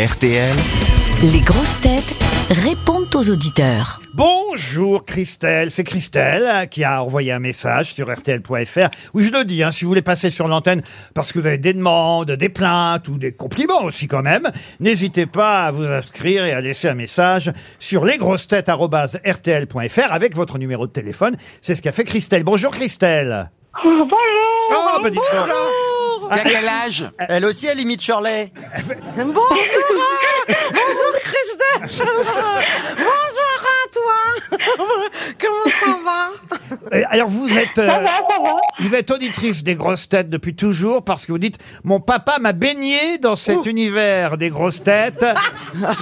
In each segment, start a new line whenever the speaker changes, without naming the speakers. RTL.
Les grosses têtes répondent aux auditeurs.
Bonjour Christelle, c'est Christelle euh, qui a envoyé un message sur rtl.fr. Oui, je le dis, hein, si vous voulez passer sur l'antenne parce que vous avez des demandes, des plaintes ou des compliments aussi quand même, n'hésitez pas à vous inscrire et à laisser un message sur lesgrossetêtes.rtl.fr avec votre numéro de téléphone. C'est ce qu'a fait Christelle. Bonjour Christelle.
Bonjour
Oh, bah dites donc.
T'as quel âge Elle aussi, elle imite Shirley.
Bonjour hein. Bonjour Christelle Bonjour à toi Comment ça va
Euh, Alors vous êtes, euh,
Ça va, ça va
vous êtes auditrice des grosses têtes depuis toujours parce que vous dites mon papa m'a baigné dans cet univers des grosses têtes.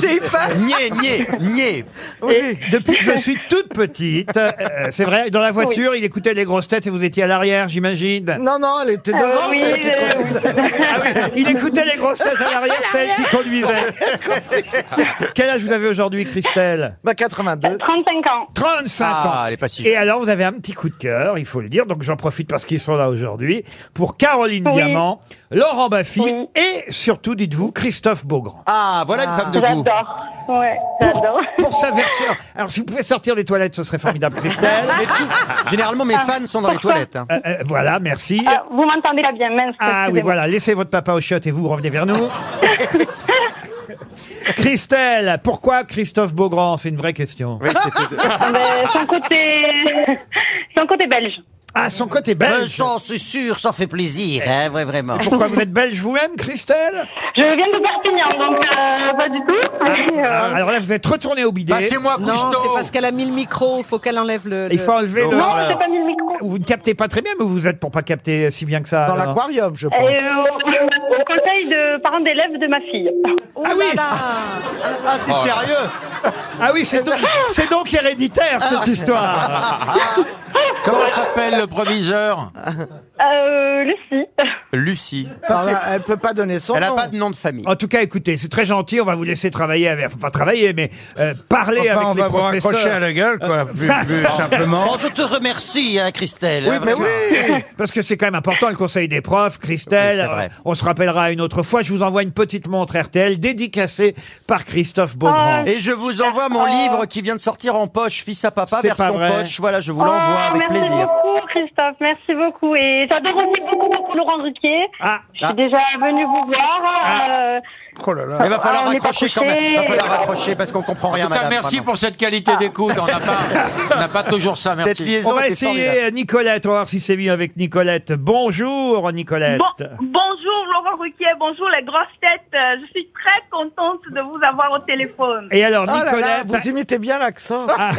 J'ai pas...
Nier, nier, nier.
Et depuis que je suis toute petite, euh, c'est vrai, dans la voiture, il écoutait les grosses têtes et vous étiez à l'arrière, j'imagine.
Non, non, elle était
Ah
devant.
oui,
celle qui
euh,
conduisait.
Ah oui, il écoutait les grosses têtes à l'arrière, celle qui conduisait. Quel âge vous avez aujourd'hui, Christelle
Bah
Euh,
82.
35 ans.
35
Ah,
ans.
elle est pas si.
Et alors, vous avez un petit coup de cœur, il faut le dire, donc j'en profite parce qu'ils sont là aujourd'hui, pour Caroline
Oui.
Diamant, Laurent Baffy
Oui.
et surtout, dites-vous, Christophe Beaugrand.
Ah, voilà une femme de goût.
J'adore. Ouais, j'adore.
Pour sa version. Alors, si vous pouvez sortir des toilettes, ce serait formidable, Christelle.
Mais tout- Généralement, mes fans sont dans les toilettes. hein.
Euh, euh, voilà, merci.
Ah, vous m'entendez là bien, mince.
Ah oui,
excusez-moi.
voilà, laissez votre papa au chiottes et vous revenez vers nous. Christelle, pourquoi Christophe Beaugrand C'est une vraie question.
Oui, c'était-
Ah, ben, son côté... son côté belge.
Ah, son côté
Euh,
belge.
ça, c'est sûr, ça fait plaisir. hein, vrai- vraiment.
Pourquoi vous êtes belge vous-même, Christelle
Je viens de Perpignan, donc euh, pas du tout. Et, euh,
Ah, Alors là, vous êtes retourné au bidet.
moi
Non, c'est parce qu'elle a mis le micro, faut qu'elle enlève le...
Il faut enlever
Non,
le...
non,
alors.
j'ai pas mis le micro.
Vous ne captez pas très bien, mais vous êtes pour pas capter si bien que ça.
Dans
alors.
l'aquarium, je
Et,
pense.
euh, au, au conseil de parents d'élèves de ma fille.
Oh
ah oui.
là là
Ah, c'est sérieux
Ah oui, c'est donc, c'est donc héréditaire, cette histoire.
Comment s'appelle le proviseur
Euh, Lucie.
Lucie.
Alors là, Elle peut pas donner son
Elle a
nom.
pas de nom de famille.
En tout cas, écoutez, c'est très gentil, on va vous laisser travailler avec... Enfin, pas travailler, mais euh, parler avec
Enfin, on
les
va vous
professeurs.
raccrocher à la gueule, quoi, plus, plus simplement.
Bon, je te remercie, hein, Christelle.
Oui,
hein,
mais
vraiment.
oui, Eh, parce que c'est quand même important le conseil des profs, Christelle.
Oui, c'est vrai.
on se rappellera une autre fois. Je vous envoie une petite montre RTL dédicacée par Christophe Beaugrand.
Euh,
Et je vous envoie mon
Oh.
livre qui vient de sortir en poche, fils à papa,
C'est pas
version
vrai.
poche. Voilà, je vous l'envoie
Oh,
avec
merci
plaisir.
beaucoup, Christophe. Merci beaucoup. Et j'adore aussi beaucoup, beaucoup Laurent Ruquier.
Ah,
Je suis déjà venue vous voir. euh,
Oh là là.
Il va falloir
Ah, on est
raccrocher quand
accrochés.
même. Il va falloir raccrocher parce qu'on comprend
En
rien,
tout cas,
madame.
merci
vraiment. Ah.
pour cette qualité d'écoute. On n'a pas, on n'a pas toujours ça,
Cette
merci.
liaison
on va
était formidable.
essayer euh, Nicolette. On va voir si c'est mieux avec Nicolette. Bonjour Nicolette.
Bon- bonjour Laurent Ruquier, bonjour les grosses têtes. Euh, Je suis très contente de vous avoir au téléphone.
Et alors
Oh là là,
Nicolette,
vous imitez bien l'accent.
Ah,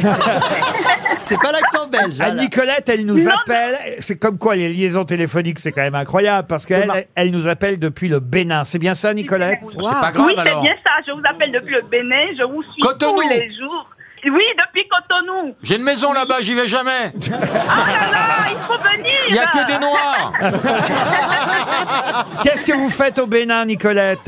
C'est pas l'accent belge.
à
hein, là.
ah, Nicolette, elle nous appelle. C'est comme quoi les liaisons téléphoniques, c'est quand même incroyable parce
Demain.
qu'elle, elle nous appelle depuis le Bénin. C'est bien ça, Nicolette
Wow.
C'est pas
oui,
grave
c'est
alors.
bien ça. Je vous appelle depuis le Bénin. Je vous suis
Cotonou.
tous les jours. Oui, depuis Cotonou.
J'ai une maison là-bas, j'y vais jamais.
Ah, il faut venir.
Il y a que des noirs.
Qu'est-ce que vous faites au Bénin, Nicolette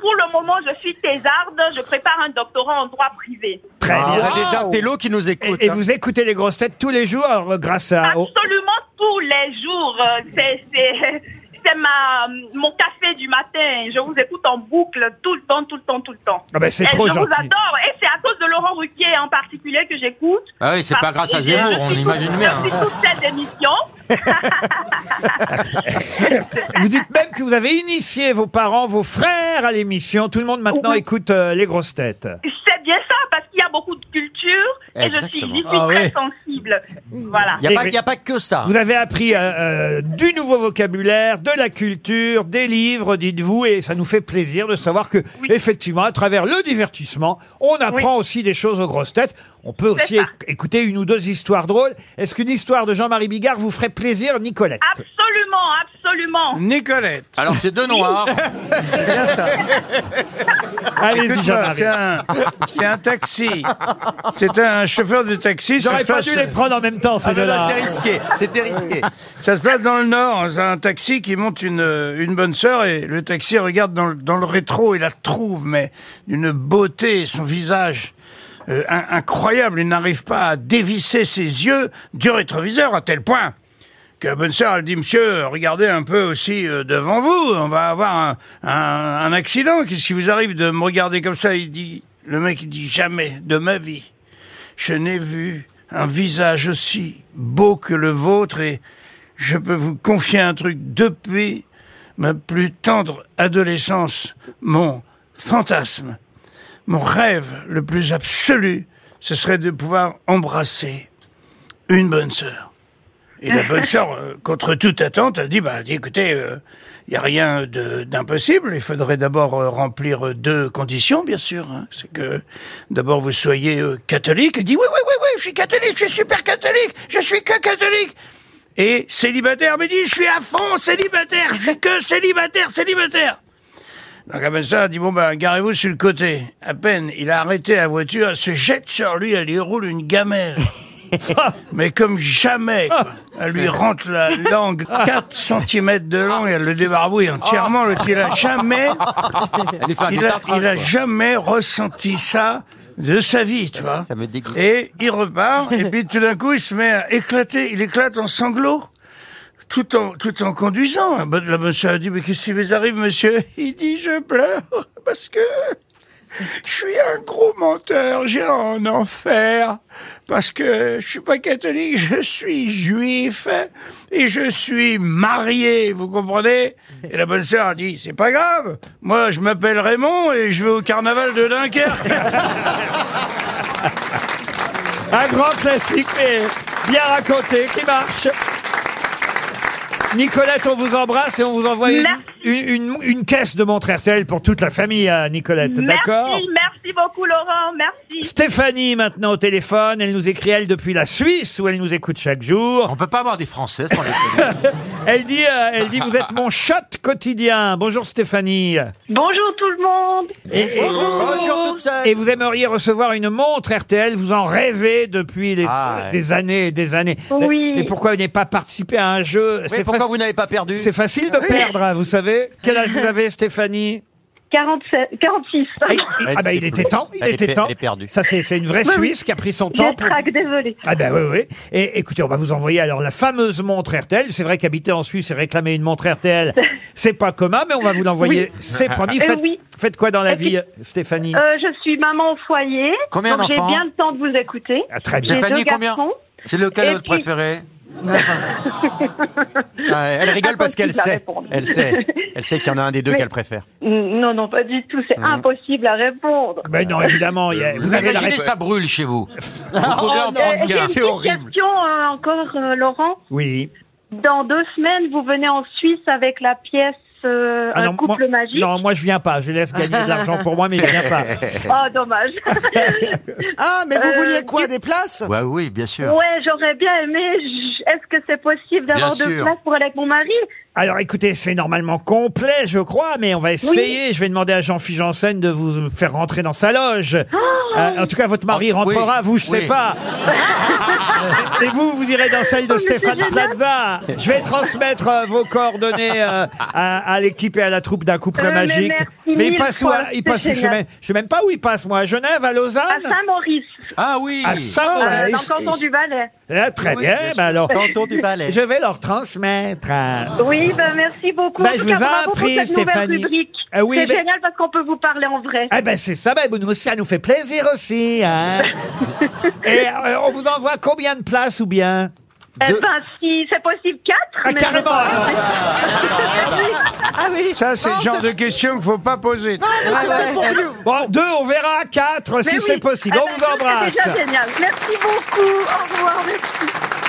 Pour le moment, je suis thésarde. Je prépare un doctorat en droit privé.
Très
Ah,
bien.
on a des intellos qui nous
Et-
écoutent.
Et,
hein.
vous écoutez les grosses têtes tous les jours alors, grâce
Ah,
à.
Oh.
au-
Absolument tous les jours. Euh, C'est, c'est, c'est ma, mon café du matin. Je vous écoute en boucle tout le temps, tout le temps, tout le temps.
Ah ben, c'est
Et
trop
je vous
gentil.
adore. Et c'est à cause de Laurent Ruquier en particulier que j'écoute.
Ah oui, c'est pas grâce à Zemmour, on imagine bien.
Je suis toute cette émission.
Vous dites même que vous avez initié vos parents, vos frères à l'émission. Tout le monde maintenant
Oui.
écoute euh, les grosses têtes.
C'est bien ça, parce qu'il y a beaucoup de culture et je suis,
Exactement.
j'y suis
Ah
très
oui.
sensible. Voilà.
Il
Et-
n'y a, pas-
mais-
y a pas que
Ah.
ça.
Vous avez appris euh, euh, du nouveau vocabulaire, de la culture, des livres, dites-vous, et ça nous fait plaisir de savoir que, effectivement, à travers le divertissement, on apprend aussi des choses aux grosses têtes. On peut
C'est
aussi
ça.
éc- écouter une ou deux histoires drôles. Est-ce qu'une histoire de Jean-Marie Bigard vous ferait plaisir, Nicolette
Ah. Absolument, absolument.
Nicolette.
Alors c'est deux noirs.
Allez-y,
Écoute-moi,
Jean-Marie.
C'est un, c'est un taxi. C'est un chauffeur de taxi. Ça
J'aurais
se,
pas
passe,
dû les prendre en même temps, ces
Ah non,
deux-là.
non, c'est risqué. C'était risqué.
ça se passe dans le Nord. C'est un taxi qui monte une, euh, une bonne sœur et le taxi regarde dans, le- dans le rétro et la trouve, mais d'une beauté, son visage. euh, in- incroyable, il n'arrive pas à dévisser ses yeux du rétroviseur à tel point que la bonne sœur, elle dit, monsieur, regardez un peu aussi euh, devant vous, on va avoir un, un- un accident. Qu'est-ce qui vous arrive de me regarder comme ça Il dit, le mec, il dit, jamais de ma vie, je n'ai vu un visage aussi beau que le vôtre et je peux vous confier un truc depuis ma plus tendre adolescence, mon fantasme, mon rêve le plus absolu, ce serait de pouvoir embrasser une bonne sœur. Et la bonne sœur, euh, contre toute attente, a dit, bah, elle dit, écoutez, il n'y a rien de- d'impossible. Il faudrait d'abord euh, remplir euh, deux conditions, bien sûr. hein. C'est que d'abord vous soyez euh, catholique. Elle dit, oui, oui, oui, oui, je suis catholique, je suis super catholique, je suis que catholique. Et célibataire me dit, je suis à fond célibataire, je suis que célibataire, célibataire. Donc la bonne sœur a dit, bon ben, garez-vous sur le côté. À peine, il a arrêté la voiture, elle se jette sur lui, elle lui roule une gamelle. Mais comme jamais, quoi. elle lui rentre la langue 4 cm de long et elle le débarbouille entièrement. L'autre, il a jamais,
Elle lui fait un
il a,
détartrage,
il a
quoi.
jamais ressenti ça de sa vie, tu vois.
Ça me dégoûte.
Et il repart, et puis tout d'un coup, il se met à éclater, il éclate en sanglots. Tout en, tout en conduisant. La bonne- la bonne sœur a dit, mais qu'est-ce qui vous arrive, monsieur? Il dit, je pleure parce que je suis un gros menteur, j'ai un enfer, parce que je suis pas catholique, je suis juif, et je suis marié, vous comprenez Et la bonne sœur a dit, c'est pas grave, moi je m'appelle Raymond et je vais au carnaval de Dunkerque.
Un grand classique, mais bien raconté, qui marche. Nicolette, on vous embrasse et on vous envoie une,
Merci.
une, une- une caisse de montre RTL pour toute la famille, hein, Nicolette, d'accord
Merci, merci beaucoup, Laurent. Merci.
Stéphanie, maintenant au téléphone, elle nous écrit, elle, depuis la Suisse, où elle nous écoute chaque jour.
On peut pas avoir des Français sans les connaître.
Elle dit, euh, elle dit, vous êtes mon chat quotidien. Bonjour Stéphanie.
Bonjour tout le monde.
Et, et- et vous aimeriez recevoir une montre RTL, vous en rêvez depuis les- euh,
Ah, ouais.
des années et des années.
Oui.
Mais pourquoi vous n'avez pas participé à un jeu
Mais
C'est
pourquoi
faci-
vous n'avez pas perdu
C'est facile de perdre, hein, vous savez. Quel âge vous avez, Stéphanie
47, 46.
Ah, il- il- Ah bah il était temps, il
Elle est
était
per-
temps.
elle est perdue.
Ça c'est c'est une vraie
Oui, oui.
Suisse qui a pris son temps.
Je
pour-
traque, désolé.
Ah ben oui, oui. Et écoutez, on va vous envoyer alors la fameuse montre RTL. C'est vrai qu'habiter en Suisse et réclamer une montre RTL, c'est pas commun, mais on va vous l'envoyer. C'est promis.
Euh,
Faites,
oui.
faites quoi dans la
Et puis-
vie, Stéphanie
Euh, je suis maman au foyer.
Combien
donc j'ai
d'enfants
bien le temps de vous écouter.
Ah, Très bien.
J'ai
Stéphanie,
deux
combien
garçons.
C'est lequel
Et
votre
puis-
préféré
Ah, Elle rigole parce qu'elle
Impossible à
sait.
répondre.
Elle sait. Elle sait qu'il y en a un des deux
Mais-
qu'elle préfère.
Non, non, pas du tout. C'est
Ah.
impossible à répondre.
Ben non, évidemment. il y a- vous avez la
Ah, Imaginez,
réponse. Oh,
ça brûle chez vous. Vous pouvez en
Euh,
prendre
j'ai une
qu'un.
petite question euh, encore, euh, Laurent.
Oui.
Dans deux semaines, vous venez en Suisse avec la pièce euh,
Ah
Un
non,
couple
moi,
magique.
non, moi je viens pas. Je laisse gagner de l'argent pour moi, mais je viens pas.
Oh, dommage.
Ah, mais vous
Euh,
vouliez quoi Des places
Ouais, oui, bien sûr.
ouais, j'aurais bien aimé. J- Est-ce que c'est possible d'avoir
Bien
deux
sûr.
places pour aller avec mon mari
Alors écoutez, c'est normalement complet, je crois, mais on va essayer. Je vais demander à Jean-Philippe Janssen de vous faire rentrer dans sa loge. Euh, en tout cas, votre mari
Oh,
rentrera,
oui,
vous, je sais
oui.
pas. Et vous, vous irez dans celle de
Oh, mais c'est
Stéphane
génial.
Plaza. Je vais transmettre euh, vos coordonnées euh, à, à l'équipe et à la troupe d'un couple
Euh, mais
magique.
merci
il
mille
passe où
fois,
à- Il
c'est
passe où Je sais
génial.
même- je sais même pas où il passe, moi. À Genève, à Lausanne
À Saint-Maurice,
Ah oui
À
euh,
Saint-Maurice.
dans le canton du Valais.
Ah, très
Oui,
bien,
bien sûr.
bah alors,
Canton du Valais.
je vais leur transmettre. euh,
Oui, ben merci beaucoup.
Ben,
en
je
tout
vous
cas,
en
bravo
prie,
pour cette nouvelle
Stéphanie.
rubrique.
Ah oui,
c'est
mais-
génial parce qu'on peut vous parler en vrai.
Eh ben c'est ça, ben, nous, ça nous fait plaisir aussi. Hein Et euh, on vous envoie combien de places ou bien
Eh ben, si c'est possible, quatre.
Ah,
mais-
Carrément alors.
Ah oui
Ça, c'est le genre de question qu'il faut pas poser.
Ah Bon, Deux, on verra, quatre si
Mais
c'est
oui.
possible.
Eh
On
ben,
vous
ça, C'est
embrasse.
déjà génial. Merci beaucoup. Au revoir. Merci.